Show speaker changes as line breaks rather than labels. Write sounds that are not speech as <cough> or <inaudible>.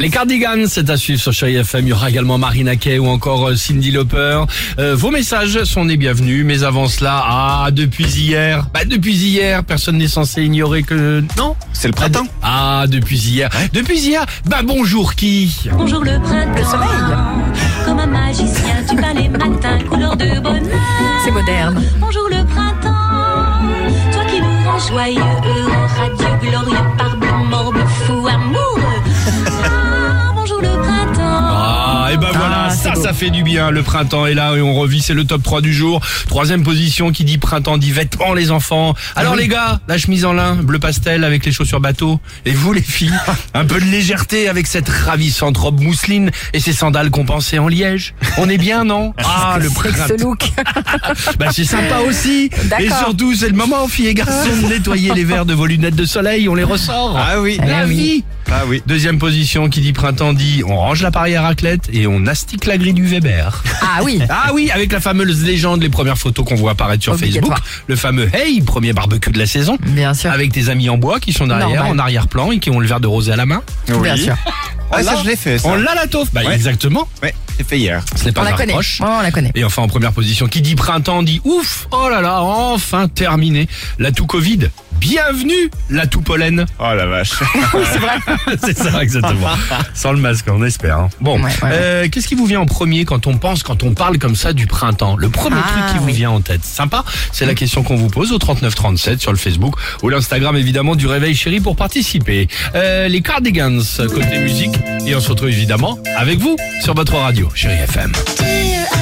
Les Cardigans, c'est à suivre sur Chéri FM. Il y aura également Marina Kay ou encore euh, Cindy Lauper. Euh, vos messages sont les bienvenus, mais avant cela, ah, depuis hier, bah depuis hier, personne n'est censé ignorer que... Non
C'est le printemps.
Ah, depuis hier. Depuis hier, bah bonjour qui
Bonjour le printemps. Le soleil. Comme un magicien, tu vas les matins, couleur de bonheur.
C'est moderne.
Bonjour le printemps. Toi qui nous rends joyeux, heureux, radieux, glorieux, pardon, morble, fou, amoureux. <laughs> Ah, bonjour le printemps.
Ah, et ben voilà,
Ah, c'est
ça,
beau.
ça fait du bien. Le printemps est là et on revit, c'est le top 3 du jour. Troisième position qui dit printemps dit vêtements, les enfants. Alors les gars, la chemise en lin, bleu pastel avec les chaussures bateau. Et vous les <laughs> filles, un peu de légèreté avec cette ravissante robe mousseline et ces sandales compensées en liège. On est bien, non <laughs> Ah, le
Ce
printemps.
look.
Bah, <laughs> c'est sympa aussi. Et
D'accord.
surtout, c'est le moment, filles et garçons, de nettoyer les verres de vos lunettes de soleil. On les ressort.
Ah oui.
La
Ah oui.
vie
Ah oui.
Deuxième position qui dit printemps dit on range l'appareil à raclette et on astique la grille du
<laughs>
Weber.
Ah oui.
<laughs> Ah oui, avec la fameuse légende, les premières photos qu'on voit apparaître sur Facebook,
Obligatoire.
le fameux Hey, premier barbecue de la saison,
Bien sûr.
avec tes amis en bois qui sont derrière,
Normal.
en arrière-plan et qui ont le verre de rosé à la main.
Bien sûr.
Ah, ça, je l'ai fait. Ça.
On l'a la taupe Bah
Ouais.
exactement,
Ouais, j'ai fait hier.
ce n'est pas
On la
un
connaît.
reproche.
Ouais, on la connaît.
Et enfin en première position, qui dit printemps dit ouf, oh là là, enfin terminé, la tout Covid, bienvenue la tout pollen.
Oh la vache.
<laughs> C'est ça, exactement. Sans le masque, on espère. hein. Bon,
Ouais, ouais, ouais.
euh, qu'est-ce qui vous vient en premier quand on pense, quand on parle comme ça du printemps Le premier
Ah,
truc qui vous
oui.
vient en tête, sympa, c'est la question qu'on vous pose au 3937 sur le Facebook ou l'Instagram évidemment du Réveil Chéri pour participer. Euh, les Cardigans côté musique et on se retrouve évidemment avec vous sur votre radio Chéri FM.
Dear